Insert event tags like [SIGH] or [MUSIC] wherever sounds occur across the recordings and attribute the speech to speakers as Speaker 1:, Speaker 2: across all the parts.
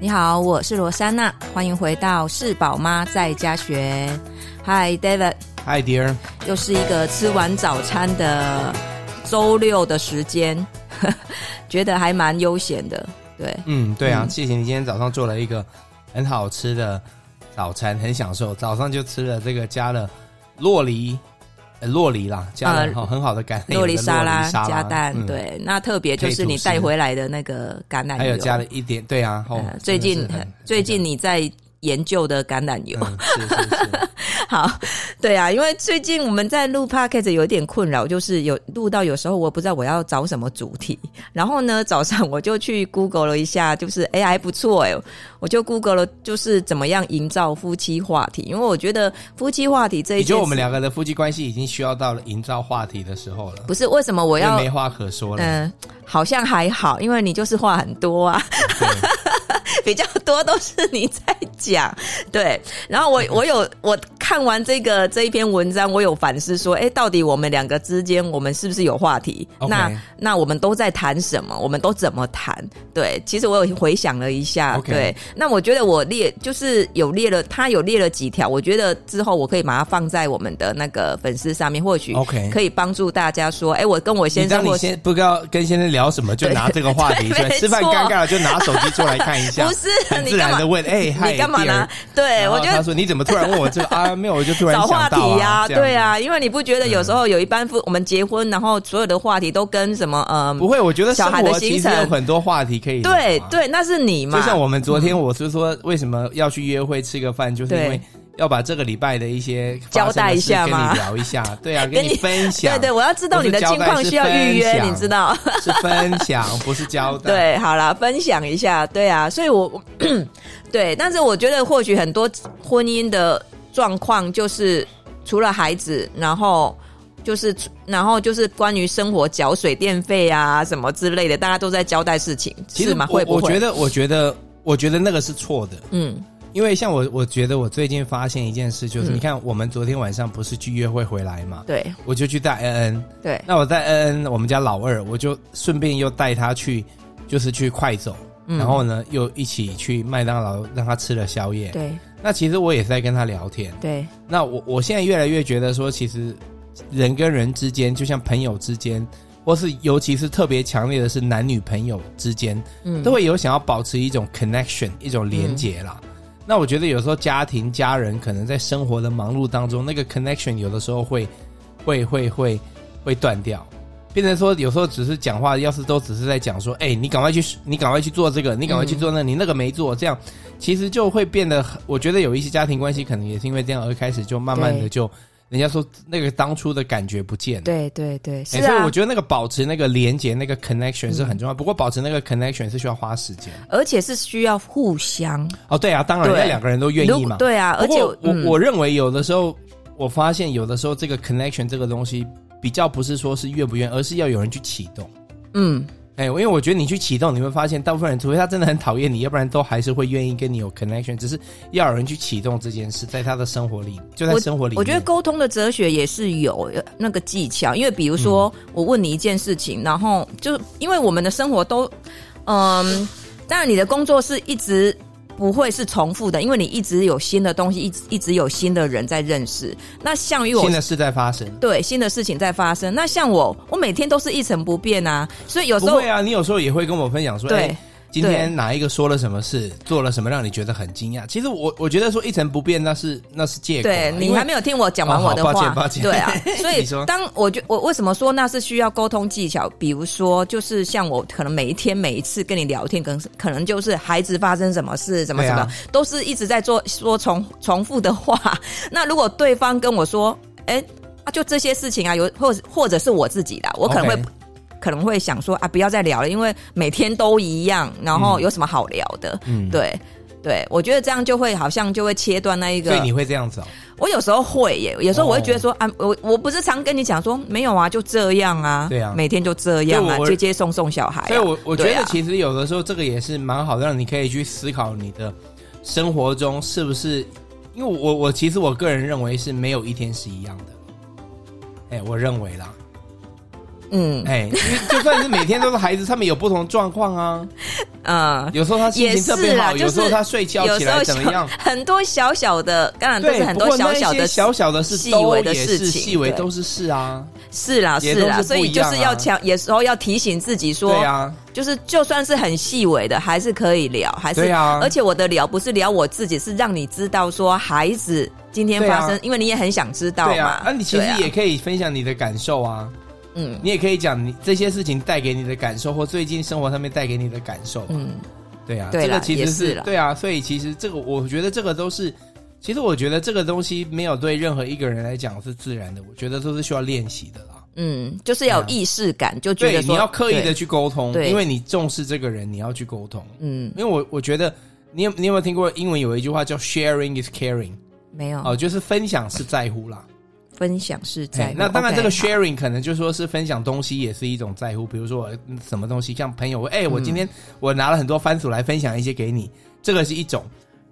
Speaker 1: 你好，我是罗珊娜，欢迎回到是宝妈在家学。Hi David，
Speaker 2: Hi dear，
Speaker 1: 又是一个吃完早餐的周六的时间， [LAUGHS] 觉得还蛮悠闲的。对，
Speaker 2: 嗯，对啊，
Speaker 1: 嗯
Speaker 2: 谢谢你今天早上做了一个很好吃的早餐，很享受。早上就吃了这个加了洛梨，呃洛梨啦，加了
Speaker 1: 呃
Speaker 2: 好、很好的橄榄油的
Speaker 1: 洛梨沙
Speaker 2: 拉
Speaker 1: 拉加蛋，
Speaker 2: 嗯，
Speaker 1: 对，那特别就是你带回来的那个橄榄油，
Speaker 2: 还有加了一点，对啊，哦
Speaker 1: 呃、最近
Speaker 2: 真的是很
Speaker 1: 最近你在研究的橄榄油，
Speaker 2: 嗯是是是，
Speaker 1: [LAUGHS] 好，对啊，因为最近我们在录 podcast 有一点困扰，就是有录到有时候我不知道我要找什么主题，然后呢早上我就去 Google 了一下，就是哎还不错哎，我就 Google 了就是怎么样营造夫妻话题，因为我觉得夫妻话题这一
Speaker 2: 你觉
Speaker 1: 件
Speaker 2: 得我们
Speaker 1: 事
Speaker 2: 两个的夫妻关系已经需要到了营造话题的时候了？
Speaker 1: 不是为什么我
Speaker 2: 因为
Speaker 1: 要
Speaker 2: 没话可说了，
Speaker 1: 嗯、好像还好，因为你就是话很多啊， [LAUGHS] 比较多都是你在讲。对，然
Speaker 2: [LAUGHS]
Speaker 1: 后我我有我看完这个这一篇文章，我有反思说，哎，到底我们两个之间，我们是不是有话题
Speaker 2: OK
Speaker 1: 那那我们都在谈什么？我们都怎么谈？对，其实我有回想了一下
Speaker 2: OK
Speaker 1: 对，那我觉得我列就是有列了，他有列了几条，我觉得之后我可以把它放在我们的那个粉丝上面，或许
Speaker 2: OK
Speaker 1: 可以帮助大家说，哎，我跟我
Speaker 2: 你
Speaker 1: 先生
Speaker 2: 当你
Speaker 1: 或是
Speaker 2: 先不知道跟先生聊什么，就拿这个话题
Speaker 1: 对
Speaker 2: 出来。
Speaker 1: 没
Speaker 2: 吃饭
Speaker 1: 错
Speaker 2: 尴尬了，就拿手机出来看一
Speaker 1: [LAUGHS]
Speaker 2: 下。
Speaker 1: 不是
Speaker 2: 很
Speaker 1: 你
Speaker 2: 自
Speaker 1: 干
Speaker 2: 然
Speaker 1: 嘛
Speaker 2: 的问，哎，嗨
Speaker 1: 你干嘛呢？？对，
Speaker 2: 然后
Speaker 1: 我觉
Speaker 2: 他
Speaker 1: 得
Speaker 2: 说你怎么突然问
Speaker 1: [LAUGHS]
Speaker 2: 我这个啊？没有，我就突然
Speaker 1: 找话
Speaker 2: 想到
Speaker 1: 题呀、
Speaker 2: 啊，这样嗯
Speaker 1: 对。啊，因为你不觉得有时候有一般夫我们结婚，然后所有的话题都跟什么嗯，
Speaker 2: 不会，我觉得
Speaker 1: 小
Speaker 2: 生
Speaker 1: 孩的
Speaker 2: 活
Speaker 1: 行
Speaker 2: 其实
Speaker 1: 程
Speaker 2: 有很多话题可以聊啊
Speaker 1: 对。对，那是你嘛？嗯
Speaker 2: 就像我们昨天，我是说为什么要去约会吃个饭，就是因为
Speaker 1: 对
Speaker 2: 要把这个礼拜的一些
Speaker 1: 交代
Speaker 2: 发生的事
Speaker 1: 一下
Speaker 2: 跟
Speaker 1: 嘛
Speaker 2: 你聊一
Speaker 1: [LAUGHS]
Speaker 2: 下，对啊，
Speaker 1: 跟
Speaker 2: 跟
Speaker 1: 你
Speaker 2: 你分享。
Speaker 1: 对对，我要知道
Speaker 2: 不是
Speaker 1: 你的
Speaker 2: 交
Speaker 1: 近
Speaker 2: 代
Speaker 1: 况
Speaker 2: 是
Speaker 1: 需要预约，
Speaker 2: 分享
Speaker 1: 你知道。
Speaker 2: 是分享，不是
Speaker 1: [LAUGHS]
Speaker 2: 交代。
Speaker 1: 对，好啦，分享一下，对啊，所以我我 [CLEARS THROAT] 对，但是我觉得或许很多婚姻的状况就是除了孩子，然后就是然后就是关于生活缴水电费啊什么之类的，大家都在交代事情，
Speaker 2: 其
Speaker 1: 是
Speaker 2: 实
Speaker 1: 吗？
Speaker 2: 我
Speaker 1: 会不会？
Speaker 2: 我觉得，我觉得，我觉得那个是错的。
Speaker 1: 嗯，
Speaker 2: 因为像我，我觉得我最近发现一件事，就是、你看，我们昨天晚上不是去约会回来嘛，
Speaker 1: 对
Speaker 2: 我就去带恩恩。
Speaker 1: 对，
Speaker 2: 那我带恩恩，我们家老二，我就顺便又带他去，就是去快走，
Speaker 1: 嗯
Speaker 2: 然后呢，又一起去麦当劳，让他吃了宵夜。
Speaker 1: 对
Speaker 2: 那其实我也是在跟他聊天。
Speaker 1: 对，
Speaker 2: 那我我现在越来越觉得说，其实人跟人之间，就像朋友之间，或是尤其是特别强烈的是男女朋友之间，
Speaker 1: 嗯
Speaker 2: 都会有想要保持一种 connection，一种连接啦。那我觉得有时候家庭、家人可能在生活的忙碌当中，那个 connection 有的时候会会会会会断掉，变成说有时候只是讲话，要是都只是在讲说，哎、你赶快去，你赶快去做这个，你赶快去做那个，你那个没做，这样其实就会变得很，我觉得有一些家庭关系可能也是因为这样而开始就慢慢
Speaker 1: 对
Speaker 2: 的就，人家说那个当初的感觉不见了。
Speaker 1: 对对对，是
Speaker 2: 哎所以
Speaker 1: 啊嗯
Speaker 2: 我。觉得那个保持那个连接、那个 connection 是很重要。不过保持那个 connection 是需要花时间。
Speaker 1: 而且是需要互相，
Speaker 2: 哦，对啊，当然
Speaker 1: 对
Speaker 2: 那两个人都愿
Speaker 1: 如
Speaker 2: 意
Speaker 1: 果
Speaker 2: 嘛。。
Speaker 1: 对啊，而
Speaker 2: 不
Speaker 1: 且
Speaker 2: 过我、
Speaker 1: 嗯
Speaker 2: 我认为有的时候，我发现有的时候这个 connection 这个东西比较不是说是愿不愿，而是要有人去启动。
Speaker 1: 嗯，
Speaker 2: 哎，因为我觉得你去启动，你会发现大部分人，除非他真的很讨厌你，要不然都还是会愿意跟你有 connection，只是要有人去启动这件事，在他的生活里，就在
Speaker 1: 我
Speaker 2: 生活里面
Speaker 1: 我觉得沟通的哲学也是有呃那个技巧，因为比如说、
Speaker 2: 嗯
Speaker 1: 我问你一件事情，然后就因为我们的生活都，嗯，当然你的工作是一直。不会是重复的，因为你一直有新的东西，一直一直有新的人在认识。那像于我
Speaker 2: 新的事在发生。
Speaker 1: 对新的事情在发生，那像我，我每天都是一成不变啊，所以有时
Speaker 2: 不
Speaker 1: 候
Speaker 2: 会啊，你有时候也会跟我分享说，
Speaker 1: 对
Speaker 2: 哎，今天哪一个说了什么事，做了什么让你觉得很惊讶？其实我我觉得说一成不变那是那是借口啊，
Speaker 1: 对你
Speaker 2: 因为
Speaker 1: 还没有听我讲完我的
Speaker 2: 哦好抱
Speaker 1: 话，
Speaker 2: 歉抱歉
Speaker 1: 对
Speaker 2: [LAUGHS]
Speaker 1: 啊，所以
Speaker 2: 你说
Speaker 1: 当我觉我为什么说那是需要沟通技巧？比如说，就是像我可能每一天每一次跟你聊天，可能是可能就是孩子发生什么事，什么什么，
Speaker 2: 对啊
Speaker 1: 都是一直在做说重重复的话。那如果对方跟我说，哎、啊，就这些事情啊，有或者或者是我自己的，我可能会
Speaker 2: OK
Speaker 1: 可能会想说啊，不要再聊了，因为每天都一样，然后有什么好聊的？
Speaker 2: 嗯
Speaker 1: 对。对，我觉得这样就会好像就会切断那一个。
Speaker 2: 所以你会这样子哦。
Speaker 1: 我有时候会耶，有时候我
Speaker 2: 哦
Speaker 1: 会觉得说、啊，我我不是常跟你讲说没有啊，就这样啊，
Speaker 2: 对啊
Speaker 1: 每天就这样啊
Speaker 2: 对，我
Speaker 1: 接接送送小孩、啊。
Speaker 2: 所以我我觉
Speaker 1: 对
Speaker 2: 得
Speaker 1: 啊
Speaker 2: 其实有的时候这个也是蛮好的，让你可以去思考你的生活中是不是，因为我我其实我个人认为是没有一天是一样的。哎，我认为啦，
Speaker 1: 嗯
Speaker 2: 哎，因为就算是每天都是孩子，他们有不同的状况啊。
Speaker 1: 嗯，
Speaker 2: 有时候他心
Speaker 1: 也
Speaker 2: 情特别
Speaker 1: 是啦，
Speaker 2: 好，
Speaker 1: 就
Speaker 2: 有时候
Speaker 1: 是
Speaker 2: 他睡觉
Speaker 1: 有
Speaker 2: 起
Speaker 1: 时
Speaker 2: 来
Speaker 1: 候
Speaker 2: 怎么
Speaker 1: 小
Speaker 2: 样？
Speaker 1: [LAUGHS] 很多小小的，当然都是
Speaker 2: 对，
Speaker 1: 很
Speaker 2: 不
Speaker 1: 多
Speaker 2: 过
Speaker 1: 小
Speaker 2: 那
Speaker 1: 小
Speaker 2: 些
Speaker 1: 的
Speaker 2: 小小的事
Speaker 1: 细
Speaker 2: 都
Speaker 1: 微
Speaker 2: 也
Speaker 1: 的
Speaker 2: 是
Speaker 1: 事情
Speaker 2: 细微
Speaker 1: 对
Speaker 2: 都是事啊。
Speaker 1: 是啦，
Speaker 2: 也
Speaker 1: 是啦，
Speaker 2: 都是
Speaker 1: 所
Speaker 2: 不
Speaker 1: 以
Speaker 2: 一
Speaker 1: 就
Speaker 2: 样
Speaker 1: 是
Speaker 2: 啊
Speaker 1: 要强，有时候要提醒自己说，
Speaker 2: 对啊，
Speaker 1: 就是就算是很细微的，还是可以聊，还是
Speaker 2: 对啊
Speaker 1: 而且我的聊不是聊我自己，是让你知道说孩子今天发生，
Speaker 2: 对啊
Speaker 1: 因为你也很想知道嘛。
Speaker 2: 对啊。那你其实
Speaker 1: 对啊
Speaker 2: 也可以分享你的感受啊，
Speaker 1: 嗯
Speaker 2: 你也可以讲你这些事情带给你的感受，或最近生活上面带给你的感受。
Speaker 1: 嗯，
Speaker 2: 对啊，
Speaker 1: 对
Speaker 2: 这
Speaker 1: 啦
Speaker 2: 个其
Speaker 1: 也
Speaker 2: 实
Speaker 1: 是啦
Speaker 2: 对啊，所以其实这个我觉得这个都是，其实我觉得这个东西没有对任何一个人来讲是自然的，我觉得都是需要练习的啦。
Speaker 1: 嗯，就是要有
Speaker 2: 对
Speaker 1: 意识感，就觉
Speaker 2: 哎对，
Speaker 1: 得
Speaker 2: 你
Speaker 1: 说
Speaker 2: 要刻意的
Speaker 1: 对
Speaker 2: 去沟通，
Speaker 1: 对
Speaker 2: 因为你重视这个人，你要去沟通。
Speaker 1: 嗯，
Speaker 2: 因为我我觉得，你有你有没有听过英文有一句话叫 “sharing is caring”？
Speaker 1: 没有、
Speaker 2: 哦、就是分享是在乎啦。
Speaker 1: 分享是在
Speaker 2: 哎那当然，这个
Speaker 1: OK，好
Speaker 2: sharing 可能就说是分享东西，也是一种在乎。比如说我嗯什么东西，像朋友，哎、我
Speaker 1: 嗯
Speaker 2: 今天我拿了很多番薯来分享一些给你，这个是一种。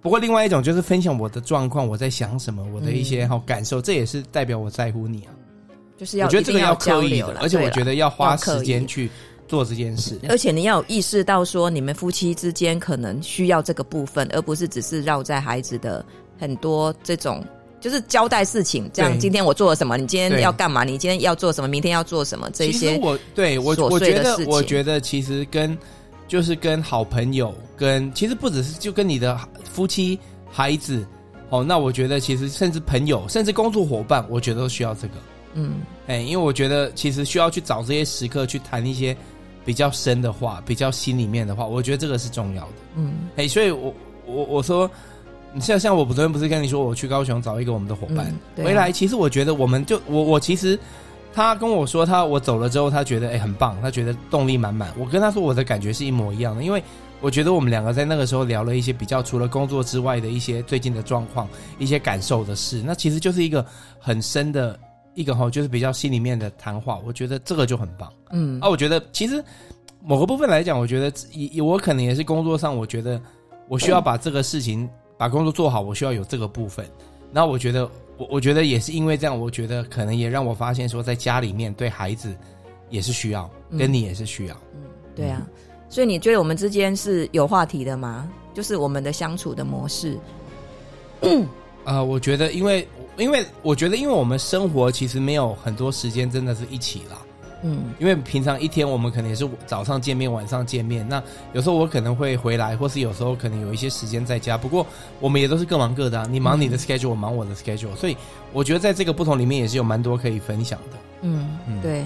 Speaker 2: 不过另外一种就是分享我的状况，我在想什么，我的一些好哦感受，这也是代表我在乎你啊。
Speaker 1: 就是嗯
Speaker 2: 我
Speaker 1: 要
Speaker 2: 觉得这个
Speaker 1: 一定要交
Speaker 2: 刻意
Speaker 1: 流
Speaker 2: 的，
Speaker 1: 啦
Speaker 2: 而且我
Speaker 1: 对啦啊
Speaker 2: 觉得要花
Speaker 1: 要刻意
Speaker 2: 时间去做这件事。
Speaker 1: 而且你要有意识到说，你们夫妻之间可能需要这个部分，而不是只是绕在孩子的很多这种，就是交代事情。这样，
Speaker 2: 对
Speaker 1: 今天我做了什么？你今天
Speaker 2: 对
Speaker 1: 要干嘛？你今天要做什么？明天要做什么？这一
Speaker 2: 其
Speaker 1: 些
Speaker 2: 实，我对我
Speaker 1: 琐
Speaker 2: 我
Speaker 1: 碎
Speaker 2: 觉
Speaker 1: 的
Speaker 2: 得
Speaker 1: 事，情
Speaker 2: 我觉得其实跟就是跟好朋友，跟其实不只是就跟你的夫妻、孩子，哦，那我觉得其实甚至朋友，甚至工作伙伴，我觉得都需要这个。
Speaker 1: 嗯
Speaker 2: 哎，因为我觉得其实需要去找这些时刻去谈一些比较深的话，比较心里面的话，我觉得这个是重要的。
Speaker 1: 嗯
Speaker 2: 哎，所以我我我说，你像像我昨天不是跟你说我去高雄找一个我们的伙伴、
Speaker 1: 嗯对啊
Speaker 2: 回来，其实我觉得我们就我我其实他跟我说他我走了之后，他觉得哎、很棒，他觉得动力满满。我跟他说我的感觉是一模一样的，因为我觉得我们两个在那个时候聊了一些比较除了工作之外的一些最近的状况、一些感受的事，那其实就是一个很深的。一个哈，就是比较心里面的谈话，我觉得这个就很棒。
Speaker 1: 嗯
Speaker 2: 啊，我觉得其实某个部分来讲，我觉得以以我可能也是工作上，我觉得我需要把这个事情、把工作做好，我需要有这个部分。然后我觉得我我觉得也是因为这样，我觉得可能也让我发现说，在家里面对孩子也是需要，
Speaker 1: 嗯
Speaker 2: 跟你也是需要。
Speaker 1: 嗯，对啊。所以你觉得我们之间是有话题的吗？就是我们的相处的模式，
Speaker 2: 啊，我觉得因为因为我觉得因为我们生活其实没有很多时间真的是一起啦。
Speaker 1: 嗯
Speaker 2: 因为平常一天我们可能也是早上见面，晚上见面。那有时候我可能会回来，或是有时候可能有一些时间在家。不过我们也都是各忙各的、啊，你忙你的 schedule，我忙我的 schedule。所以我觉得在这个不同里面也是有蛮多可以分享的。
Speaker 1: 嗯
Speaker 2: 嗯
Speaker 1: 对。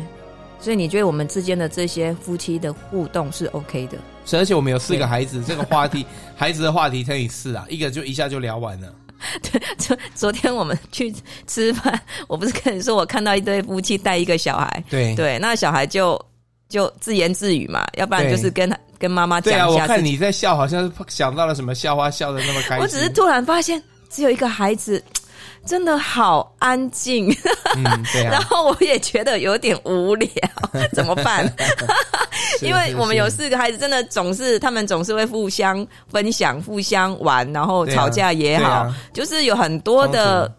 Speaker 1: 所以你觉得我们之间的这些夫妻的互动是 OK 的？ [LAUGHS]
Speaker 2: 是而且我们有四
Speaker 1: 对
Speaker 2: 个孩子，这个话题孩子的话题乘以四啊，一个就一下就聊完了。
Speaker 1: 昨昨天我们去吃饭，我不是跟你说我看到一对夫妻带一个小孩，
Speaker 2: 对
Speaker 1: 对，那小孩就就自言自语嘛，要不然
Speaker 2: 对
Speaker 1: 就是跟跟妈妈
Speaker 2: 对
Speaker 1: 讲
Speaker 2: 啊，
Speaker 1: 一
Speaker 2: 我
Speaker 1: 下自
Speaker 2: 看
Speaker 1: 己。
Speaker 2: 你在笑，好像是想到了什么笑话，笑的那么开心。
Speaker 1: 我只是突然发现，只有一个孩子。真的好安静， [LAUGHS]
Speaker 2: 嗯，对
Speaker 1: 然
Speaker 2: 啊，
Speaker 1: 后我也觉得有点无聊， [LAUGHS] 怎么办？
Speaker 2: 是
Speaker 1: 因为
Speaker 2: 是
Speaker 1: 我们有
Speaker 2: 是
Speaker 1: 四个孩子，真的总是他们总是会互相分享、互相玩，然后
Speaker 2: 对啊
Speaker 1: 吵架也好，
Speaker 2: 对啊
Speaker 1: 就是有很多的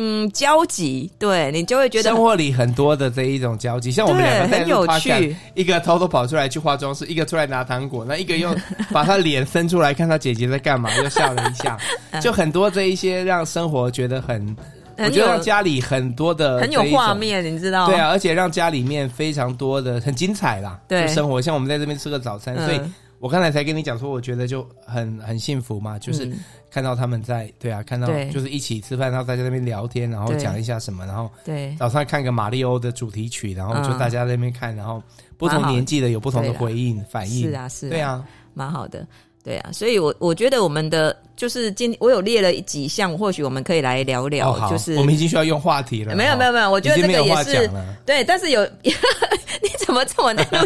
Speaker 1: 嗯交集，对你就会觉得
Speaker 2: 生活里很多的这一种交集，像我们
Speaker 1: 对
Speaker 2: 两个在
Speaker 1: 很有
Speaker 2: 录 podcast，
Speaker 1: 趣
Speaker 2: 一个偷偷跑出来去化妆室，一个出来拿糖果，那一个又把他脸伸出来看他姐姐在干嘛，又笑了一
Speaker 1: [LAUGHS]
Speaker 2: 下，就很多这一些让生活觉得很，我
Speaker 1: 嗯很
Speaker 2: 觉
Speaker 1: 有
Speaker 2: 得让家里很多的
Speaker 1: 很有
Speaker 2: 这一种
Speaker 1: 画。面，哦你知道吗？
Speaker 2: 对啊，而且让家里面非常多的很精彩啦，
Speaker 1: 对
Speaker 2: 就生活像我们在这边吃个早餐，
Speaker 1: 嗯
Speaker 2: 所以我刚才才跟你讲说，我觉得就很很幸福嘛，就是
Speaker 1: 嗯
Speaker 2: 看到他们在对啊，看到
Speaker 1: 对
Speaker 2: 就是一起吃饭，然后大家在那边聊天，然后
Speaker 1: 对
Speaker 2: 讲一下什么，然后
Speaker 1: 对
Speaker 2: 早上看个马里欧的主题曲，然后就
Speaker 1: 嗯
Speaker 2: 大家在那边看，然后不
Speaker 1: 蛮
Speaker 2: 同
Speaker 1: 好
Speaker 2: 年纪的有不同的
Speaker 1: 对啦
Speaker 2: 回应反应，
Speaker 1: 是啊是啊
Speaker 2: 对啊，
Speaker 1: 蛮好的，对啊，所以我我觉得我们的就是今我有列了几项，或许我们可以来聊聊，
Speaker 2: 哦好，
Speaker 1: 就是
Speaker 2: 我们已经需要用话题了，
Speaker 1: 没有
Speaker 2: 好
Speaker 1: 没有没有，我觉
Speaker 2: 已
Speaker 1: 得
Speaker 2: 经
Speaker 1: 这
Speaker 2: 没
Speaker 1: 个
Speaker 2: 有
Speaker 1: 也
Speaker 2: 话
Speaker 1: 是
Speaker 2: 讲了，
Speaker 1: 对，但是有你怎么这么内陆？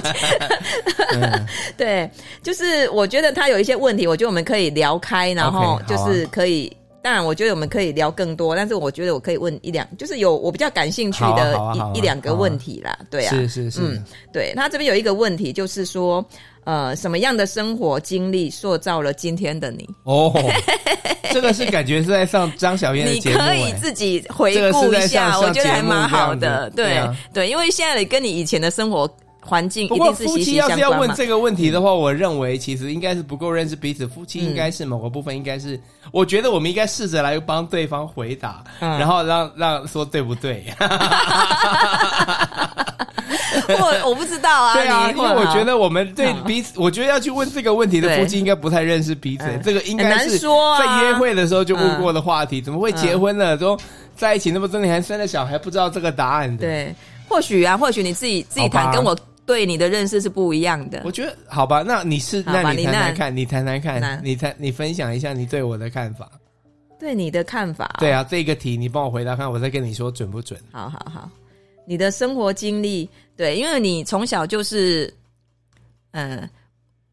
Speaker 2: 嗯
Speaker 1: [LAUGHS] 对，就是我觉得他有一些问题，我觉得我们可以聊开，然后
Speaker 2: OK，好
Speaker 1: 就
Speaker 2: 啊
Speaker 1: 是可以当然，我觉得我们可以聊更多，但是我觉得我可以问一两，就是有我比较感兴趣
Speaker 2: 好啊
Speaker 1: 的
Speaker 2: 好啊
Speaker 1: 一、
Speaker 2: 好啊
Speaker 1: 一两个问题啦。 [LAUGHS] 对啊，
Speaker 2: 是是是，
Speaker 1: 嗯对。那这边有一个问题，就是说，呃，什么样的生活经历塑造了今天的你？
Speaker 2: 哦， [LAUGHS] 这个是感觉是在上张小燕的
Speaker 1: 你
Speaker 2: 节目、
Speaker 1: 可
Speaker 2: 欸，
Speaker 1: 以自己回
Speaker 2: 这
Speaker 1: 顾
Speaker 2: 个
Speaker 1: 一
Speaker 2: 是在
Speaker 1: 下，
Speaker 2: 上
Speaker 1: 我觉得还蛮好
Speaker 2: 上节目这样
Speaker 1: 的。
Speaker 2: 子
Speaker 1: 对
Speaker 2: 对啊
Speaker 1: 对，因为现在的跟你以前的生活环境
Speaker 2: 不
Speaker 1: 一
Speaker 2: 过
Speaker 1: 定是
Speaker 2: 夫
Speaker 1: 息
Speaker 2: 妻
Speaker 1: 息
Speaker 2: 要是
Speaker 1: 相
Speaker 2: 要
Speaker 1: 关
Speaker 2: 问
Speaker 1: 嘛。
Speaker 2: 这个问题的话，我认为其实应该是不够认识彼此。夫
Speaker 1: 嗯
Speaker 2: 妻应该是某个部分，应该是、我觉得我们应该试着来帮对方回答，
Speaker 1: 嗯
Speaker 2: 然后让让说对不对？
Speaker 1: [LAUGHS] 我我不知道啊，
Speaker 2: [LAUGHS] 对啊，
Speaker 1: 你
Speaker 2: 因为我觉得我们对
Speaker 1: 嗯
Speaker 2: 彼此，我觉得要去问这个问题的
Speaker 1: 对
Speaker 2: 夫妻应该不太认识彼此
Speaker 1: 嗯，
Speaker 2: 这个应该
Speaker 1: 很
Speaker 2: 是
Speaker 1: 难说啊
Speaker 2: 在约会的时候就问过的话题，怎么会结婚了都在一起那么多年还生了小孩，不知道这个答案的？
Speaker 1: 对，或许啊，或许你自己自己
Speaker 2: 好
Speaker 1: 谈，
Speaker 2: 吧
Speaker 1: 跟我对你的认识是不一样的
Speaker 2: 我。觉得好吧，那你是
Speaker 1: 好吧
Speaker 2: 那你
Speaker 1: 你
Speaker 2: 谈
Speaker 1: 那
Speaker 2: 谈看，你谈谈看
Speaker 1: 那，
Speaker 2: 你谈你分享一下你对我的看法。
Speaker 1: 对你的看法，
Speaker 2: 对，啊，这个题你帮我回答看，我再跟你说准不准？
Speaker 1: 好好好，你的生活经历，对，因为你从小就是，嗯，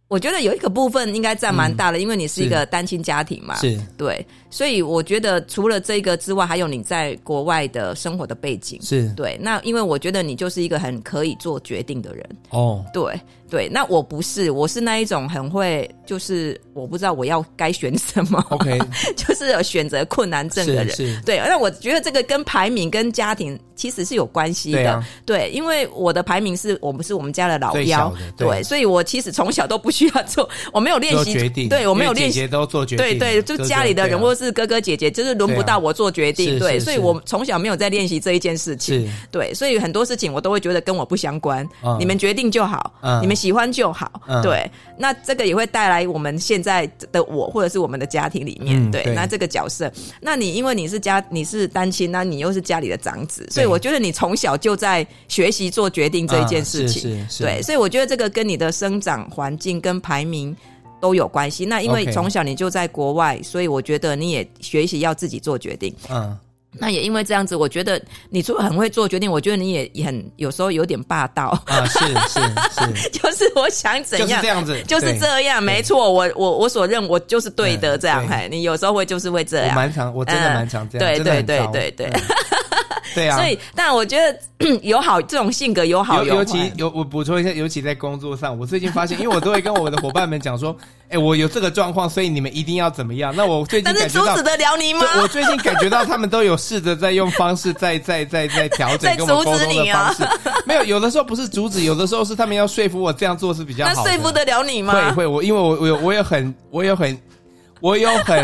Speaker 1: 我觉得有一个部分应该占蛮大的，因为你是一个单亲家庭嘛，
Speaker 2: 嗯是
Speaker 1: 对，所以我觉得除了这个之外，还有你在国外的生活的背景。
Speaker 2: 是
Speaker 1: 对，那因为我觉得你就是一个很可以做决定的人，
Speaker 2: 哦，
Speaker 1: 对对。那我不是，我是那一种很会，就是我不知道我要该选什么
Speaker 2: OK，
Speaker 1: [LAUGHS] 就是有选择困难症的
Speaker 2: 是
Speaker 1: 人。
Speaker 2: 是，
Speaker 1: 对，那我觉得这个跟排名跟家庭其实是有关系
Speaker 2: 对
Speaker 1: 的，
Speaker 2: 啊
Speaker 1: 对，因为我的排名是我们是我们家的老
Speaker 2: 最小
Speaker 1: 幺
Speaker 2: 的，对
Speaker 1: 对所以我其实从小都不需要做，我没有练
Speaker 2: 做
Speaker 1: 习
Speaker 2: 决定，
Speaker 1: 对我没有
Speaker 2: 因为
Speaker 1: 练
Speaker 2: 姐
Speaker 1: 习，
Speaker 2: 姐都做决定
Speaker 1: 对
Speaker 2: 了，
Speaker 1: 对，就家里的人
Speaker 2: 物
Speaker 1: 或是哥哥姐姐，就是轮不到我做决定，
Speaker 2: 啊是
Speaker 1: 对，
Speaker 2: 是
Speaker 1: 所以
Speaker 2: 是
Speaker 1: 我从小没有在练习这一件事情，
Speaker 2: 是
Speaker 1: 对，所以很多事情我都会觉得跟我不相关，
Speaker 2: 嗯
Speaker 1: 你们决定就好，
Speaker 2: 嗯
Speaker 1: 你们喜欢就好，
Speaker 2: 嗯
Speaker 1: 对。那这个也会带来我们现在的我，或者是我们的家庭里面，
Speaker 2: 嗯
Speaker 1: 对。
Speaker 2: 对
Speaker 1: 那这个角色，那你因为你是家你是单亲，那你又是家里的长子，所以我觉得你从小就在学习做决定这一件事情，
Speaker 2: 嗯是是是
Speaker 1: 对。所以我觉得这个跟你的生长环境跟排名。都有关系。那因为
Speaker 2: OK
Speaker 1: 从小你就在国外，所以我觉得你也学习要自己做决定。
Speaker 2: 嗯，
Speaker 1: 那也因为这样子，我觉得你除了很会做决定，我觉得你也也很有时候有点霸道， [LAUGHS]
Speaker 2: 啊，是是是，
Speaker 1: 就是我想
Speaker 2: 就
Speaker 1: 怎
Speaker 2: 是
Speaker 1: 样
Speaker 2: 这。样子，
Speaker 1: [LAUGHS] 就是
Speaker 2: 对。
Speaker 1: 这样，没错，我我我所认我就是对的，
Speaker 2: 嗯
Speaker 1: 这样
Speaker 2: 对
Speaker 1: 嘿，你有时候会就是会这
Speaker 2: 我
Speaker 1: 样，
Speaker 2: 蛮常，我真的蛮常这样，
Speaker 1: 嗯
Speaker 2: 真的很
Speaker 1: 对
Speaker 2: 糟
Speaker 1: 对对对对
Speaker 2: 嗯对
Speaker 1: [LAUGHS]
Speaker 2: 啊，
Speaker 1: 所以但我觉得嗯有好这种性格有好
Speaker 2: 尤尤
Speaker 1: 有
Speaker 2: 其
Speaker 1: 坏，
Speaker 2: 有我补充一下，尤其在工作上，我最近发现，因为我都会跟我的伙伴们讲说，哎、我有这个状况，所以你们一定要怎么样。那我最近
Speaker 1: 但是
Speaker 2: 感觉
Speaker 1: 阻
Speaker 2: 到
Speaker 1: 止，得啊了你吗？
Speaker 2: 对我最近感觉到他们都有试着在用方式在在在在调整
Speaker 1: 在
Speaker 2: 跟我
Speaker 1: 阻
Speaker 2: 沟
Speaker 1: 止
Speaker 2: 通的
Speaker 1: 你啊
Speaker 2: 方式。没有，有的时候不是阻止，有的时候是他们要说服我这样做是比较
Speaker 1: 那
Speaker 2: 好的。
Speaker 1: 说服得了你
Speaker 2: 会
Speaker 1: 吗？
Speaker 2: 会，我因为我我有我有很我有很我有
Speaker 1: [LAUGHS]
Speaker 2: 很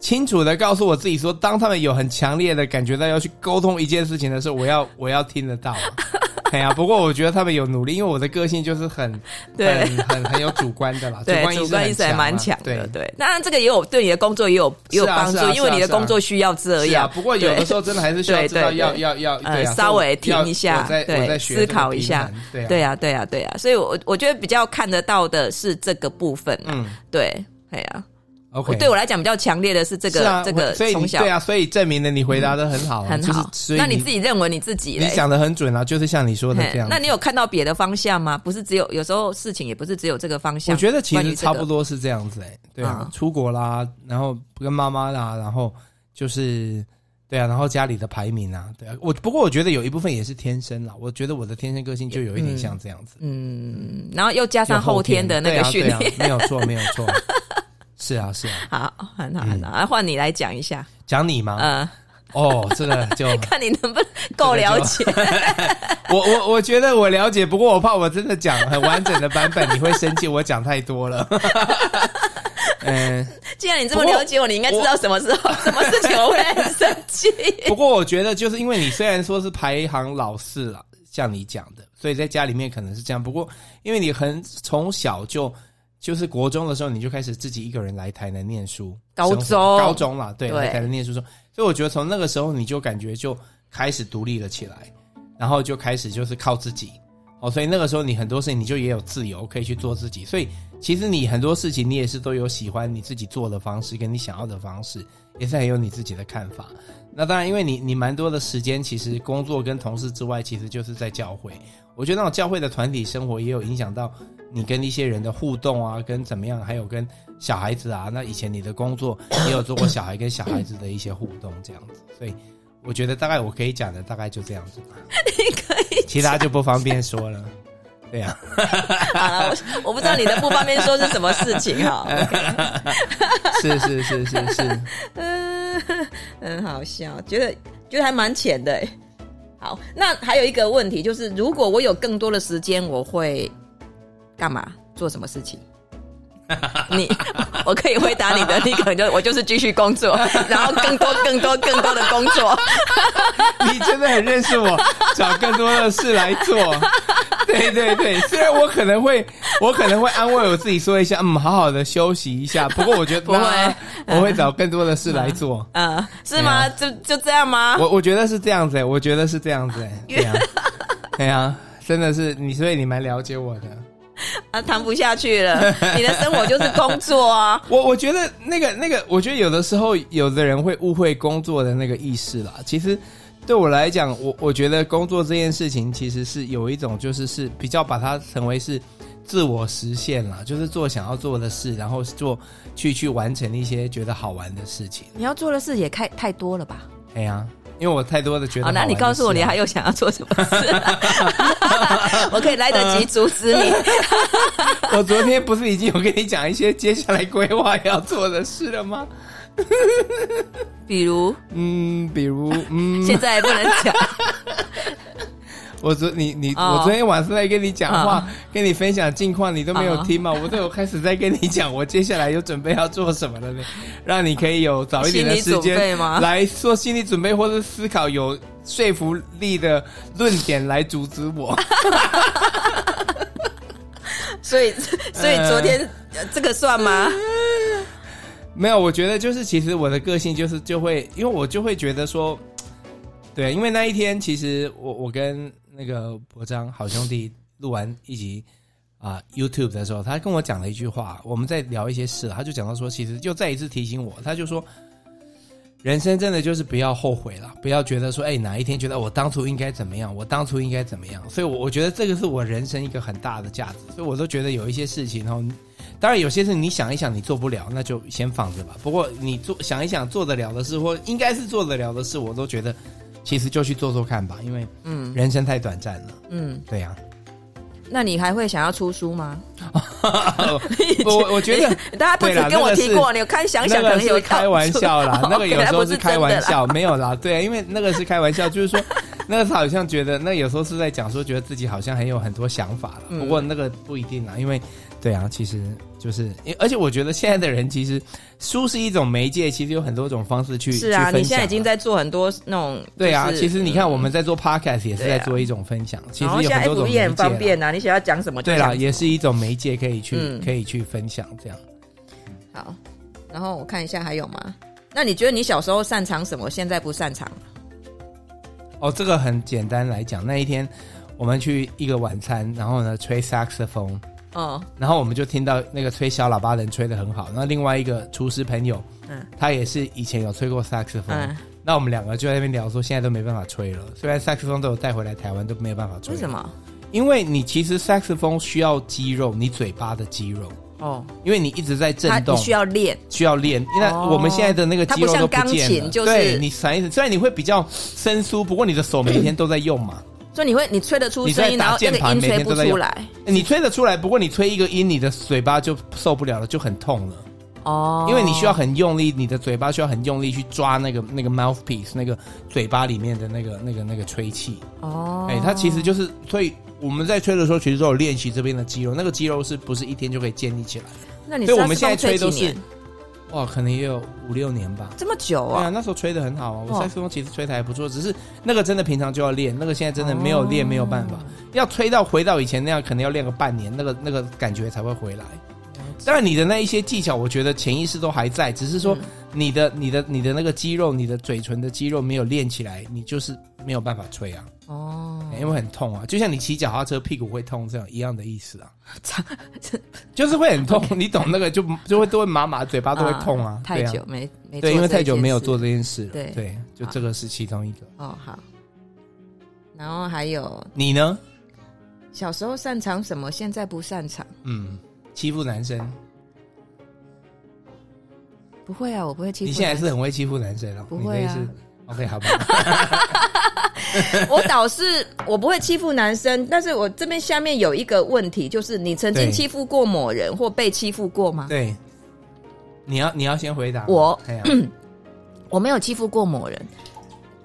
Speaker 2: 清楚的告诉我自己说，当他们有很强烈的感觉到要去沟通一件事情的时候，
Speaker 1: [LAUGHS]
Speaker 2: 我要我要听得到、啊。 [LAUGHS] 哎呀，不过我觉得他们有努力，因为我的个性就是很
Speaker 1: 对
Speaker 2: 很很很有主观的啦，
Speaker 1: 对，
Speaker 2: 观
Speaker 1: 主
Speaker 2: 意
Speaker 1: 观意识
Speaker 2: 识
Speaker 1: 还
Speaker 2: 很
Speaker 1: 蛮
Speaker 2: 强
Speaker 1: 强
Speaker 2: 啊
Speaker 1: 的，
Speaker 2: 对。
Speaker 1: 对。当然这个也有对你的工作也有也有
Speaker 2: 是啊
Speaker 1: 帮
Speaker 2: 是啊
Speaker 1: 助，因为
Speaker 2: 是啊
Speaker 1: 你的
Speaker 2: 是啊
Speaker 1: 工作需要这
Speaker 2: 是啊，
Speaker 1: 样。
Speaker 2: 不过有的时候真的还是需要
Speaker 1: 对
Speaker 2: 知道
Speaker 1: 对
Speaker 2: 要
Speaker 1: 对
Speaker 2: 要要，
Speaker 1: 呃
Speaker 2: 对啊
Speaker 1: 稍微
Speaker 2: 所以我
Speaker 1: 停一下
Speaker 2: 我在
Speaker 1: 对
Speaker 2: 我在学
Speaker 1: 思
Speaker 2: 这个
Speaker 1: 考一
Speaker 2: 平
Speaker 1: 下
Speaker 2: 衡对啊
Speaker 1: 对呀，对呀，对呀，所以我我觉得比较看得到的是这个部分啊，
Speaker 2: 嗯
Speaker 1: 对，哎呀，我
Speaker 2: ，OK，
Speaker 1: 对我来讲比较强烈的是这
Speaker 2: 是
Speaker 1: 个
Speaker 2: 啊
Speaker 1: 这个
Speaker 2: 我所以
Speaker 1: 从
Speaker 2: 你
Speaker 1: 小
Speaker 2: 对啊，所以证明了你回答的很好啊，
Speaker 1: 很
Speaker 2: 就是
Speaker 1: 好。
Speaker 2: 所以
Speaker 1: 那你自己认为你自己
Speaker 2: 你
Speaker 1: 嘞？
Speaker 2: 讲的很准啊，就是像你说的
Speaker 1: 嘿
Speaker 2: 这样。
Speaker 1: 那你有看到别的方向吗？不是只有有时候事情也不是只有这个方向。
Speaker 2: 我觉得其
Speaker 1: 关于
Speaker 2: 实
Speaker 1: 这个
Speaker 2: 差不多是这样子哎、对啊，
Speaker 1: 嗯
Speaker 2: 出国啦，然后跟妈妈啦，然后就是对啊，然后家里的排名啊，对啊，我不过我觉得有一部分也是天生啦，我觉得我的天生个性就有一点像这样子，
Speaker 1: 嗯，然后又加
Speaker 2: 加
Speaker 1: 上后天的那个训
Speaker 2: 对
Speaker 1: 练
Speaker 2: 啊，，对啊没有错，没有
Speaker 1: [LAUGHS]
Speaker 2: 错，是啊，是啊，
Speaker 1: 好，很好，很好。啊换你来讲一下，
Speaker 2: 讲你吗？
Speaker 1: 呃，
Speaker 2: 哦，这个就
Speaker 1: 看你能不能够了解。
Speaker 2: 我我我觉得我了解，不过我怕我真的讲很完整的版本，你会生气，我讲太多了。嗯，
Speaker 1: 既然你这么了解我，你应该知道什么时候、 [LAUGHS] 什么事情我会很生 [LAUGHS] 气。
Speaker 2: [LAUGHS] 不过我觉得，就是因为你虽然说是排行老四了，像你讲的，所以在家里面可能是这样。不过因为你很从小就就是国中的时候，你就开始自己一个人来台南念书，
Speaker 1: 高
Speaker 2: 生活
Speaker 1: 中
Speaker 2: 高中啦，对，
Speaker 1: 对
Speaker 2: 来台南念书的时候，所以我觉得从那个时候你就感觉就开始独立了起来，然后就开始就是靠自己。哦，所以那个时候你很多事情你就也有自由可以去做自己，所以其实你很多事情你也是都有喜欢你自己做的方式跟你想要的方式，也是很有你自己的看法。那当然，因为你你蛮多的时间，其实工作跟同事之外，其实就是在教会。我觉得那种教会的团体生活也有影响到你跟一些人的互动啊，跟怎么样，还有跟小孩子啊。那以前你的工作也有做过小孩跟小孩子的一些互动这样子，所以我觉得大概我可以讲的大概就这样子吧，
Speaker 1: 你可以
Speaker 2: 其他就不方便说了。对呀、
Speaker 1: 好了，我我不知道你的不方便说是什么事情哈。
Speaker 2: 是是是是是，
Speaker 1: [LAUGHS] [LAUGHS] 嗯，很好笑，觉得觉得还蛮浅的欸。好，那还有一个问题就是，如果我有更多的时间，我会干嘛？做什么事 [LAUGHS] 情？你，我可以回答你的，你可能就我就是继续工作，然后更多、更多、更多的工 [LAUGHS] 作。
Speaker 2: 你真的很认识我，找更多的事来做。对对对，虽然我可能会，我可能会安慰我自己说一下，嗯，好好的休息一下。不过我觉得
Speaker 1: 不会
Speaker 2: 那我会找更多的事来做。
Speaker 1: 嗯，是吗？就就这样 [LAUGHS] 吗？
Speaker 2: 我我觉得是这样子、欸，我觉得是这样子、欸，
Speaker 1: [LAUGHS]
Speaker 2: 对呀、对呀、真的是你，所以你蛮了解我的。
Speaker 1: 啊，谈不下去
Speaker 2: [LAUGHS]
Speaker 1: 了。你的生活就是工作啊。
Speaker 2: 我我觉得那个那个，我觉得有的时候有的人会误会工作的那个意识啦。其实对我来讲，我我觉得工作这件事情其实是有一种就是是比较把它成为是自我实现啦，就是做想要做的事，然后做去去完成一些觉得好玩的事情。
Speaker 1: 你要做的事也太太多了吧？
Speaker 2: 哎呀、因为我太多的觉得
Speaker 1: 好，
Speaker 2: 好玩
Speaker 1: 哦那
Speaker 2: 的事啊、
Speaker 1: 你告诉我，你还有想要做什么事？啊
Speaker 2: [LAUGHS]
Speaker 1: 我可以来得及阻止你。
Speaker 2: 我昨天不是已经有跟你讲一些接下来规划要做的事了吗？
Speaker 1: 比如
Speaker 2: 嗯，比如嗯，
Speaker 1: 现在不能
Speaker 2: [LAUGHS]
Speaker 1: 讲，
Speaker 2: 我昨你你、
Speaker 1: 哦
Speaker 2: 我昨天晚上在跟你讲话，
Speaker 1: 嗯
Speaker 2: 跟你分享近况，你都没有听嘛？
Speaker 1: [LAUGHS]
Speaker 2: 我都有开始在跟你讲，我接下来有准备要做什么了呢，让你可以有早一点的时
Speaker 1: 心理准备
Speaker 2: 间
Speaker 1: 吗
Speaker 2: 来做心理准备，或是思考有说服力的论点来阻止我。
Speaker 1: 所以所以昨天、呃这个算吗？
Speaker 2: 没有，我觉得就是其实我的个性就是就会，因为我就会觉得说，对，因为那一天其实我我跟那个博章好兄弟录完一集啊、YouTube 的时候，他跟我讲了一句话，我们在聊一些事，他就讲到说，其实又再一次提醒我，他就说。人生真的就是不要后悔了，不要觉得说，哎、哪一天觉得我当初应该怎么样，我当初应该怎么样。所以我，我觉得这个是我人生一个很大的价值。所以，我都觉得有一些事情，然后当然有些事你想一想你做不了，那就先放着吧。不过你做想一想做得了的事，或应该是做得了的事，我都觉得其实就去做做看吧，因为
Speaker 1: 嗯
Speaker 2: 人生太短暂了。
Speaker 1: 嗯，
Speaker 2: 对
Speaker 1: [LAUGHS]
Speaker 2: 啊呀、
Speaker 1: 那你还会想要出书吗？
Speaker 2: 我哦我我觉得
Speaker 1: [LAUGHS] 大家不止
Speaker 2: 对啦
Speaker 1: 跟我
Speaker 2: 那个是
Speaker 1: 提过，你看想想可
Speaker 2: 那个
Speaker 1: 能有，
Speaker 2: 是开玩笑啦
Speaker 1: [LAUGHS] 哦
Speaker 2: 那个有时候是开玩
Speaker 1: 原来不是真的啦
Speaker 2: 笑，没有啦，对，因为那个是开玩笑，就
Speaker 1: [LAUGHS]
Speaker 2: 是说那个是好像觉得那有时候是在讲说觉得自己好像很有很多想法了，
Speaker 1: 嗯
Speaker 2: 不过那个不一定啦，因为对啊，其实就是，因而且我觉得现在的人其实书是一种媒介，其实有很多种方式去
Speaker 1: 是啊，
Speaker 2: 去
Speaker 1: 你
Speaker 2: 分享
Speaker 1: 现在已经在做很多那种
Speaker 2: 对啊，
Speaker 1: 就是嗯
Speaker 2: 其实你看我们在做 podcast 也是
Speaker 1: 对
Speaker 2: 在
Speaker 1: 啊
Speaker 2: 做一种分享，其
Speaker 1: 然后
Speaker 2: 实有
Speaker 1: 现在
Speaker 2: 很多
Speaker 1: F
Speaker 2: 种
Speaker 1: B
Speaker 2: 媒介
Speaker 1: 也很
Speaker 2: 啦
Speaker 1: 方便啊，你想要讲什么就
Speaker 2: 对
Speaker 1: 讲
Speaker 2: 啦，也是一种媒介可以去
Speaker 1: 嗯
Speaker 2: 可以去分享这样。
Speaker 1: 好，然后我看一下还有吗？那你觉得你小时候擅长什么？现在不擅长？
Speaker 2: 哦，这个很简单来讲，那一天我们去一个晚餐，然后呢吹 saxophone，
Speaker 1: 哦，
Speaker 2: 然后我们就听到那个吹小喇叭的人吹的很好，那另外一个厨师朋友，
Speaker 1: 嗯
Speaker 2: 他也是以前有吹过 saxophone，、
Speaker 1: 嗯，
Speaker 2: 那我们两个就在那边聊说现在都没办法吹了，虽然 saxophone 都有带回来台湾都没有办法吹，
Speaker 1: 为什？么？
Speaker 2: 因为你其实 saxophone 需要肌肉，你嘴巴的肌肉，
Speaker 1: 哦，
Speaker 2: 因为你一直在震
Speaker 1: 他
Speaker 2: 啊动，
Speaker 1: 需要练，
Speaker 2: 需要练，那
Speaker 1: 哦
Speaker 2: 我们现在的那个肌肉都
Speaker 1: 它不像
Speaker 2: 见
Speaker 1: 钢
Speaker 2: 了，
Speaker 1: 琴就是
Speaker 2: 对你闪一闪，虽然你会比较生疏，不过你的手每天都在用嘛，
Speaker 1: 所以你会你吹得出
Speaker 2: 你在
Speaker 1: 声音，
Speaker 2: 打
Speaker 1: 然后那
Speaker 2: 键
Speaker 1: 个
Speaker 2: 盘
Speaker 1: 音
Speaker 2: 每
Speaker 1: 吹
Speaker 2: 天
Speaker 1: 不
Speaker 2: 都在
Speaker 1: 出
Speaker 2: 用
Speaker 1: 来。
Speaker 2: 哎你吹得出来，不过你吹一个音，你的嘴巴就受不了了，就很痛了，
Speaker 1: 哦，
Speaker 2: 因为你需要很用力，你的嘴巴需要很用力去抓那个那个 mouthpiece，那个嘴巴里面的那个那个那个吹气。
Speaker 1: 哦，
Speaker 2: 哎、它其实就是，所以我们在吹的时候，其实都有练习这边的肌肉，那个肌肉是不是一天就可以建立起来？
Speaker 1: 那你
Speaker 2: 所以我
Speaker 1: 萨
Speaker 2: 们
Speaker 1: 克斯
Speaker 2: 现在
Speaker 1: 风吹
Speaker 2: 吹都
Speaker 1: 几
Speaker 2: 是
Speaker 1: 年，
Speaker 2: 哇，可能也有五六年吧。
Speaker 1: 这么久
Speaker 2: 对啊，
Speaker 1: 啊，
Speaker 2: 那时候吹的很好啊，我
Speaker 1: 哇
Speaker 2: 萨克斯风其实吹的还不错，只是那个真的平常就要练，那个现在真的没有练没有办法，
Speaker 1: 哦
Speaker 2: 要吹到回到以前那样，可能要练个半年，那个那
Speaker 1: 嗯
Speaker 2: 个感觉才会回来。当然，你的那一些技巧，我觉得潜意识都还在，只是说你的、你的、你的那个肌肉，你的嘴唇的肌肉没有练起来，你就是没有办法吹啊，
Speaker 1: 哦，
Speaker 2: 因为很痛啊，就像你骑脚踏车屁股会痛这样一样的意
Speaker 1: [LAUGHS]
Speaker 2: 思啊，
Speaker 1: 长
Speaker 2: 就是会很痛，你懂那个就就会都会麻麻，嘴巴都会痛啊，
Speaker 1: 太
Speaker 2: 对啊
Speaker 1: 久没没做
Speaker 2: 对，因为
Speaker 1: 这
Speaker 2: 太久
Speaker 1: 件
Speaker 2: 没有
Speaker 1: 事
Speaker 2: 做这件事了，
Speaker 1: 对
Speaker 2: 对，就这个是其中一个。
Speaker 1: 哦好。然后还有
Speaker 2: 你呢？
Speaker 1: 小时候擅长什么，现在不擅长。
Speaker 2: 嗯，欺负男生，
Speaker 1: 不会啊，我不会欺负
Speaker 2: 你
Speaker 1: 男
Speaker 2: 现
Speaker 1: 生。
Speaker 2: 在是很会欺负男生了，
Speaker 1: 不会啊
Speaker 2: 你那是 OK，好吧，
Speaker 1: 我倒是我不会欺负男生，但是我这边下面有一个问题，就是你曾经
Speaker 2: 对
Speaker 1: 欺负过某人或被欺负过吗？
Speaker 2: 对，你要你要先回答
Speaker 1: 我
Speaker 2: 哎呀
Speaker 1: 我没有欺负过某人，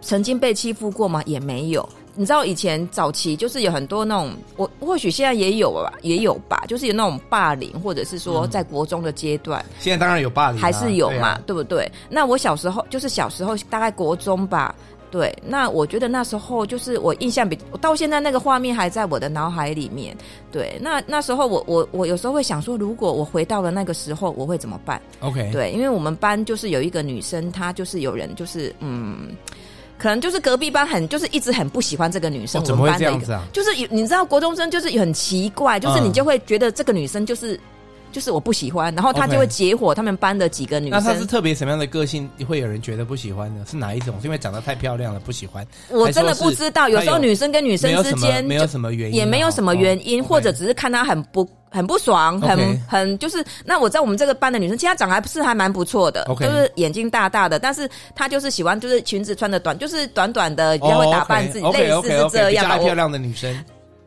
Speaker 1: 曾经被欺负过吗？也没有。你知道以前早期就是有很多那种，我或许现在也有吧，也有吧，就是有那种霸凌，或者是说在国中的阶段、
Speaker 2: 现在当然有霸凌啊，
Speaker 1: 还是有
Speaker 2: 对
Speaker 1: 嘛，
Speaker 2: 啊
Speaker 1: 对不对？那我小时候就是小时候大概国中吧，对。那我觉得那时候就是我印象比我到现在那个画面还在我的脑海里面，对。那那时候我我我有时候会想说，如果我回到了那个时候，我会怎么办？
Speaker 2: OK，哦
Speaker 1: 对，因为我们班就是有一个女生，她就是有人就是嗯，可能就是隔壁班很就是一直很不喜欢这个女生，
Speaker 2: 哦
Speaker 1: 我
Speaker 2: 怎么
Speaker 1: 们班
Speaker 2: 会这
Speaker 1: 的
Speaker 2: 样
Speaker 1: 一个
Speaker 2: 子啊？
Speaker 1: 就是有你知道国中生就是很奇怪，就是你
Speaker 2: 嗯
Speaker 1: 就会觉得这个女生就是、就是我不喜欢，然后她就会
Speaker 2: OK
Speaker 1: 结伙他们班的几个女
Speaker 2: 那他是
Speaker 1: 生。
Speaker 2: 特别什么样的个性会有人觉得不喜欢呢？是哪一种？是因为长得太漂亮了不喜欢？
Speaker 1: 我真的不知道，有时候
Speaker 2: 还有
Speaker 1: 女生跟女
Speaker 2: 没
Speaker 1: 生
Speaker 2: 有
Speaker 1: 之
Speaker 2: 什么
Speaker 1: 间
Speaker 2: 没有什么原因啊，
Speaker 1: 也没有什么原因，
Speaker 2: 哦
Speaker 1: 或者只是看她很不很不爽，很
Speaker 2: OK
Speaker 1: 很就是。那我在我们这个班的女生，其实她长得还不是还蛮不错的
Speaker 2: OK
Speaker 1: 就是眼睛大大的，但是她就是喜欢就是裙子穿的短，就是短短的，
Speaker 2: 哦
Speaker 1: 然后打扮自己，类似是
Speaker 2: OK，OK，OK，
Speaker 1: 这样
Speaker 2: 比较
Speaker 1: 吧。
Speaker 2: 爱漂
Speaker 1: 我
Speaker 2: 亮的女生，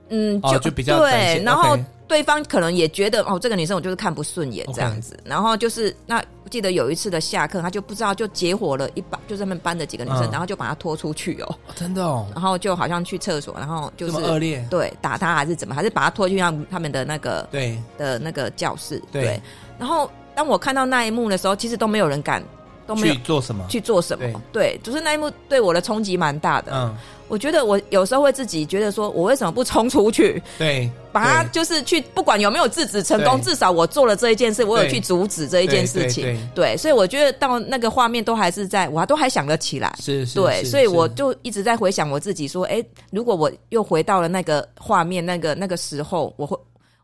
Speaker 1: 嗯，
Speaker 2: 哦就比较展
Speaker 1: 对，
Speaker 2: 现
Speaker 1: 然后
Speaker 2: OK。
Speaker 1: 对方可能也觉得哦，这个女生我就是看不顺眼
Speaker 2: OK
Speaker 1: 这样子然后就是那我记得有一次的下课，她就不知道就结伙了一把，就是他们班的几个女生，
Speaker 2: 嗯
Speaker 1: 然后就把她拖出去哦，
Speaker 2: 哦真的哦，
Speaker 1: 然后就好像去厕所，然后就
Speaker 2: 这
Speaker 1: 是
Speaker 2: 么恶劣，
Speaker 1: 对，打他还是怎么，还是把他拖去让他们的那个
Speaker 2: 对，
Speaker 1: 的那个教室。
Speaker 2: 对
Speaker 1: 然后当我看到那一幕的时候，其实都没有人敢，都没有
Speaker 2: 去做什么？
Speaker 1: 去做什么。对，只是那一幕对我的冲击蛮大的。
Speaker 2: 嗯，
Speaker 1: 我觉得我有时候会自己觉得说，我为什么不冲出去，
Speaker 2: 对，
Speaker 1: 把他
Speaker 2: 对
Speaker 1: 就是去，不管有没有制止成功，
Speaker 2: 对
Speaker 1: 至少我做了这一件事，我有
Speaker 2: 对
Speaker 1: 去阻止这一件事情。
Speaker 2: 对对
Speaker 1: 对，所以我觉得到那个画面都还是在，我都还想得起来。
Speaker 2: 是是，
Speaker 1: 对，
Speaker 2: 是
Speaker 1: 所以我
Speaker 2: 是
Speaker 1: 就一直在回想我自己，说，哎，如果我又回到了那个画面、那个那个时候，我会，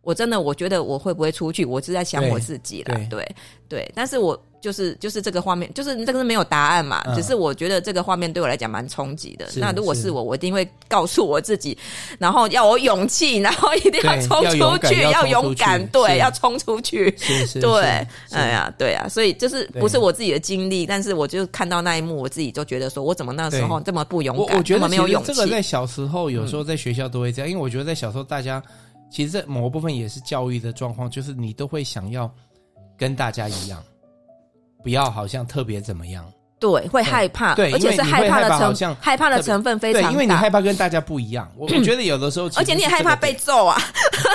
Speaker 1: 我真的我觉得我会不会出去？我是在想
Speaker 2: 对
Speaker 1: 我自己啦，
Speaker 2: 对
Speaker 1: 对对但是我就是就是这个画面，就是这个是没有答案嘛，
Speaker 2: 嗯
Speaker 1: 只是我觉得这个画面对我来讲蛮冲击的。
Speaker 2: 是
Speaker 1: 那如果
Speaker 2: 是
Speaker 1: 是我，我一定会告诉我自己，然后要我勇气，然后一定要
Speaker 2: 对
Speaker 1: 冲
Speaker 2: 要勇
Speaker 1: 出
Speaker 2: 敢
Speaker 1: 去，
Speaker 2: 要冲出
Speaker 1: 勇
Speaker 2: 去
Speaker 1: 敢，对，
Speaker 2: 是
Speaker 1: 要冲出去。
Speaker 2: 是是，
Speaker 1: 对
Speaker 2: 是，是
Speaker 1: 哎呀，对呀，所以就是
Speaker 2: 对
Speaker 1: 不是我自己的经历，但是我就看到那一幕，我自己就觉得说，我怎么那时候这么不勇
Speaker 2: 我
Speaker 1: 敢，
Speaker 2: 我觉
Speaker 1: 这么
Speaker 2: 得
Speaker 1: 没有
Speaker 2: 其实
Speaker 1: 勇气嗯
Speaker 2: 这？个在小时候，有时候在学校都会这样，因为我觉得在小时候大家其实在某个部分也是教育的状况，就是你都会想要跟大家一样，不要好像特别怎么样，
Speaker 1: 对，会害怕，
Speaker 2: 嗯对
Speaker 1: 而且是
Speaker 2: 因为你会
Speaker 1: 怕的
Speaker 2: 害怕好
Speaker 1: 成
Speaker 2: 像
Speaker 1: 害怕的成分非
Speaker 2: 对，
Speaker 1: 常
Speaker 2: 因为你
Speaker 1: 大，嗯
Speaker 2: 害怕跟大家不一样。我我觉得有的时候其实
Speaker 1: 而
Speaker 2: 是
Speaker 1: 且
Speaker 2: 这个点，
Speaker 1: 你也害怕被揍啊，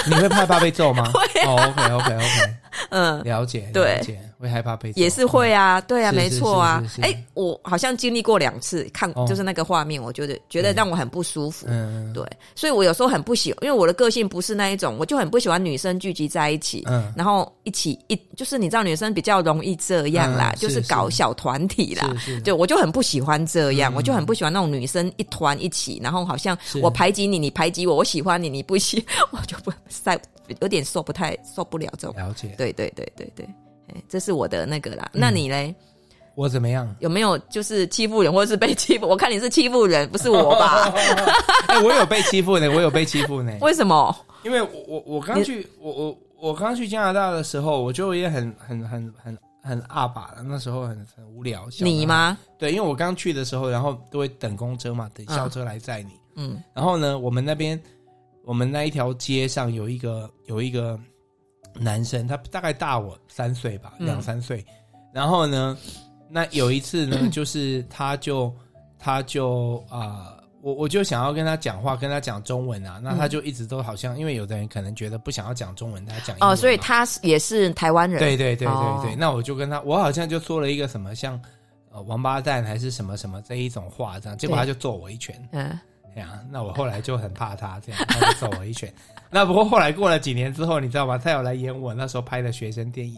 Speaker 2: 你会害怕被
Speaker 1: [LAUGHS]
Speaker 2: 揍吗？哦，OK OK OK，
Speaker 1: 嗯。
Speaker 2: 了解，
Speaker 1: 对
Speaker 2: 了解，会害怕被揍
Speaker 1: 也是会啊，对啊，
Speaker 2: 是是
Speaker 1: 没错啊
Speaker 2: 是是。是
Speaker 1: 哎，我好像经历过两次，看
Speaker 2: 哦
Speaker 1: 就是那个画面，我觉得觉得让我很不舒服。
Speaker 2: 嗯，嗯，
Speaker 1: 对，所以我有时候很不喜，因为我的个性不是那一种，我就很不喜欢女生聚集在一起，
Speaker 2: 嗯
Speaker 1: 然后一起一就是你知道女生比较容易这样啦，
Speaker 2: 嗯
Speaker 1: 就是是搞小团体啦。
Speaker 2: 是是，
Speaker 1: 对，我就很不喜欢这样，
Speaker 2: 嗯
Speaker 1: 我就很不喜欢那种女生一团一起，然后好像
Speaker 2: 是
Speaker 1: 我排挤你，你排挤我，我喜欢你，你不喜， [LAUGHS] 我就不在有点受不太受不了这种。
Speaker 2: 了解。
Speaker 1: 对对对对对，哎，这是我的那个啦。
Speaker 2: 嗯
Speaker 1: 那你嘞，
Speaker 2: 我怎么样？ [LAUGHS]
Speaker 1: 有没有就是欺负人或是被欺负？ [LAUGHS] 我看你是欺负人，不是我
Speaker 2: [LAUGHS]
Speaker 1: 吧？
Speaker 2: 哎，我有被欺负呢，我有被欺负呢。
Speaker 1: 为什么？
Speaker 2: 因为我我我刚
Speaker 1: 你
Speaker 2: 去我我我刚去加拿大的时候，我就也很很很很很阿爸了，那时候很很无聊。小
Speaker 1: 你
Speaker 2: 男孩？
Speaker 1: 吗？
Speaker 2: 对，因为我刚去的时候，然后都会等公车嘛，等校车来载你。
Speaker 1: 嗯。
Speaker 2: 然后呢，我们那边我们那一条街上有一个有一个男生，他大概大我三岁吧，
Speaker 1: 嗯
Speaker 2: 两三岁。然后呢，那有一次
Speaker 1: [COUGHS]
Speaker 2: 呢，就是他就他就啊、呃我我就想要跟他讲话，跟他讲中文啊，
Speaker 1: 嗯
Speaker 2: 那他就一直都好像，因为有的人可能觉得不想要讲中文，他讲英文啊嘛
Speaker 1: 哦，所以他是也是台湾人。
Speaker 2: 对对对对对，
Speaker 1: 哦
Speaker 2: 那我就跟他，我好像就说了一个什么像呃王八蛋还是什么什么这一种话这样，结果
Speaker 1: 对
Speaker 2: 他就揍我一拳。
Speaker 1: 嗯，
Speaker 2: 哎呀，那我后来就很怕他，这样他就揍我一拳。 [LAUGHS] 那不过后来过了几年之后，你知道吗？他有来演我那时候拍的学生
Speaker 1: [LAUGHS]
Speaker 2: 电影，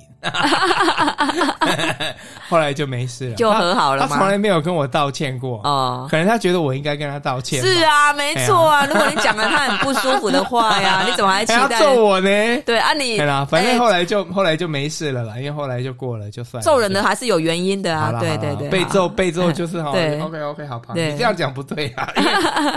Speaker 2: 后来就没事了，
Speaker 1: 就和好了
Speaker 2: 他
Speaker 1: 吗
Speaker 2: 从来没有跟我道歉过，
Speaker 1: 哦。
Speaker 2: 可能他觉得我应该跟他道歉吧，哎
Speaker 1: 是啊，没错啊。如果你讲了他很不舒服的话
Speaker 2: [LAUGHS]
Speaker 1: 呀，你怎么还期
Speaker 2: 还要
Speaker 1: 待？
Speaker 2: 哎揍我呢？
Speaker 1: 对啊你，
Speaker 2: 对啦，反正
Speaker 1: 哎
Speaker 2: 后来就后来就没事了啦，因为后来就过了，就算了
Speaker 1: 揍人的还是有原因的
Speaker 2: 好
Speaker 1: 啊
Speaker 2: 啦。
Speaker 1: 对
Speaker 2: 好啦
Speaker 1: 对对，
Speaker 2: 被
Speaker 1: 好
Speaker 2: 揍被揍就是好。
Speaker 1: [LAUGHS] 对
Speaker 2: OK OK，好吧，
Speaker 1: 对
Speaker 2: 你这样讲不对啊，因为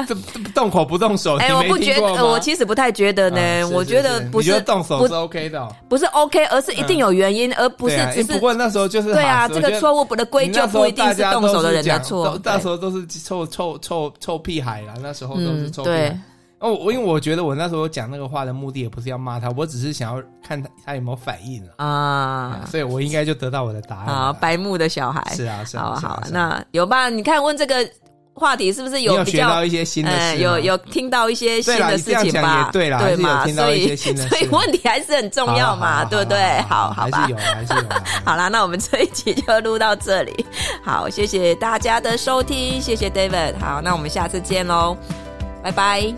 Speaker 1: [LAUGHS]
Speaker 2: 这这不动口不动手，
Speaker 1: 哎、
Speaker 2: 你
Speaker 1: 我
Speaker 2: 没
Speaker 1: 不觉
Speaker 2: 听过
Speaker 1: 得，
Speaker 2: 吗
Speaker 1: 我其实不太觉得呢。
Speaker 2: 啊是
Speaker 1: 我
Speaker 2: 是
Speaker 1: 觉得
Speaker 2: 是
Speaker 1: 不
Speaker 2: 你觉
Speaker 1: 是
Speaker 2: 得动手
Speaker 1: 不
Speaker 2: 是 OK 的哦，
Speaker 1: 不是 OK，而是一定有原因，而不是
Speaker 2: 对啊
Speaker 1: 只
Speaker 2: 哎
Speaker 1: 是
Speaker 2: 不过那时候就是
Speaker 1: 对啊。
Speaker 2: 好
Speaker 1: 这个错误不的归咎不一定是动手的人的错。
Speaker 2: 那时候都是臭臭臭臭屁孩啦，那时候
Speaker 1: 对
Speaker 2: 都是
Speaker 1: 嗯，
Speaker 2: 臭屁
Speaker 1: 对
Speaker 2: 孩。，哦，我因为我觉得我那时候讲那个话的目的也不是要骂他，我只是想要看他他有没有反应啊。
Speaker 1: 啊
Speaker 2: 所以我应该就得到我的答案
Speaker 1: 啊，
Speaker 2: 了。
Speaker 1: 白目的小孩，
Speaker 2: 哎是啊，是
Speaker 1: 好
Speaker 2: 啊，
Speaker 1: 啊
Speaker 2: 是
Speaker 1: 好
Speaker 2: 啊
Speaker 1: 啊。
Speaker 2: 是啊
Speaker 1: 那有吧？你看问这个话题是不是
Speaker 2: 你有
Speaker 1: 比
Speaker 2: 学
Speaker 1: 较
Speaker 2: 到？一些新的
Speaker 1: 哎
Speaker 2: 事吗，
Speaker 1: 有有听到一些新
Speaker 2: 对啦
Speaker 1: 的
Speaker 2: 你这
Speaker 1: 事
Speaker 2: 样
Speaker 1: 情
Speaker 2: 讲
Speaker 1: 吧？
Speaker 2: 也对啦还是有
Speaker 1: 嘛，
Speaker 2: 听到
Speaker 1: 所
Speaker 2: 一
Speaker 1: 以
Speaker 2: 些新的
Speaker 1: 所以
Speaker 2: 事
Speaker 1: 问题还是很重要嘛，对不对？好好
Speaker 2: 还
Speaker 1: 吧
Speaker 2: 是有，，还是有啦。
Speaker 1: 好啦，那我们这一集就录到这里。好，谢谢大家的收听，谢谢 David。好，那我们下次见喽，拜拜。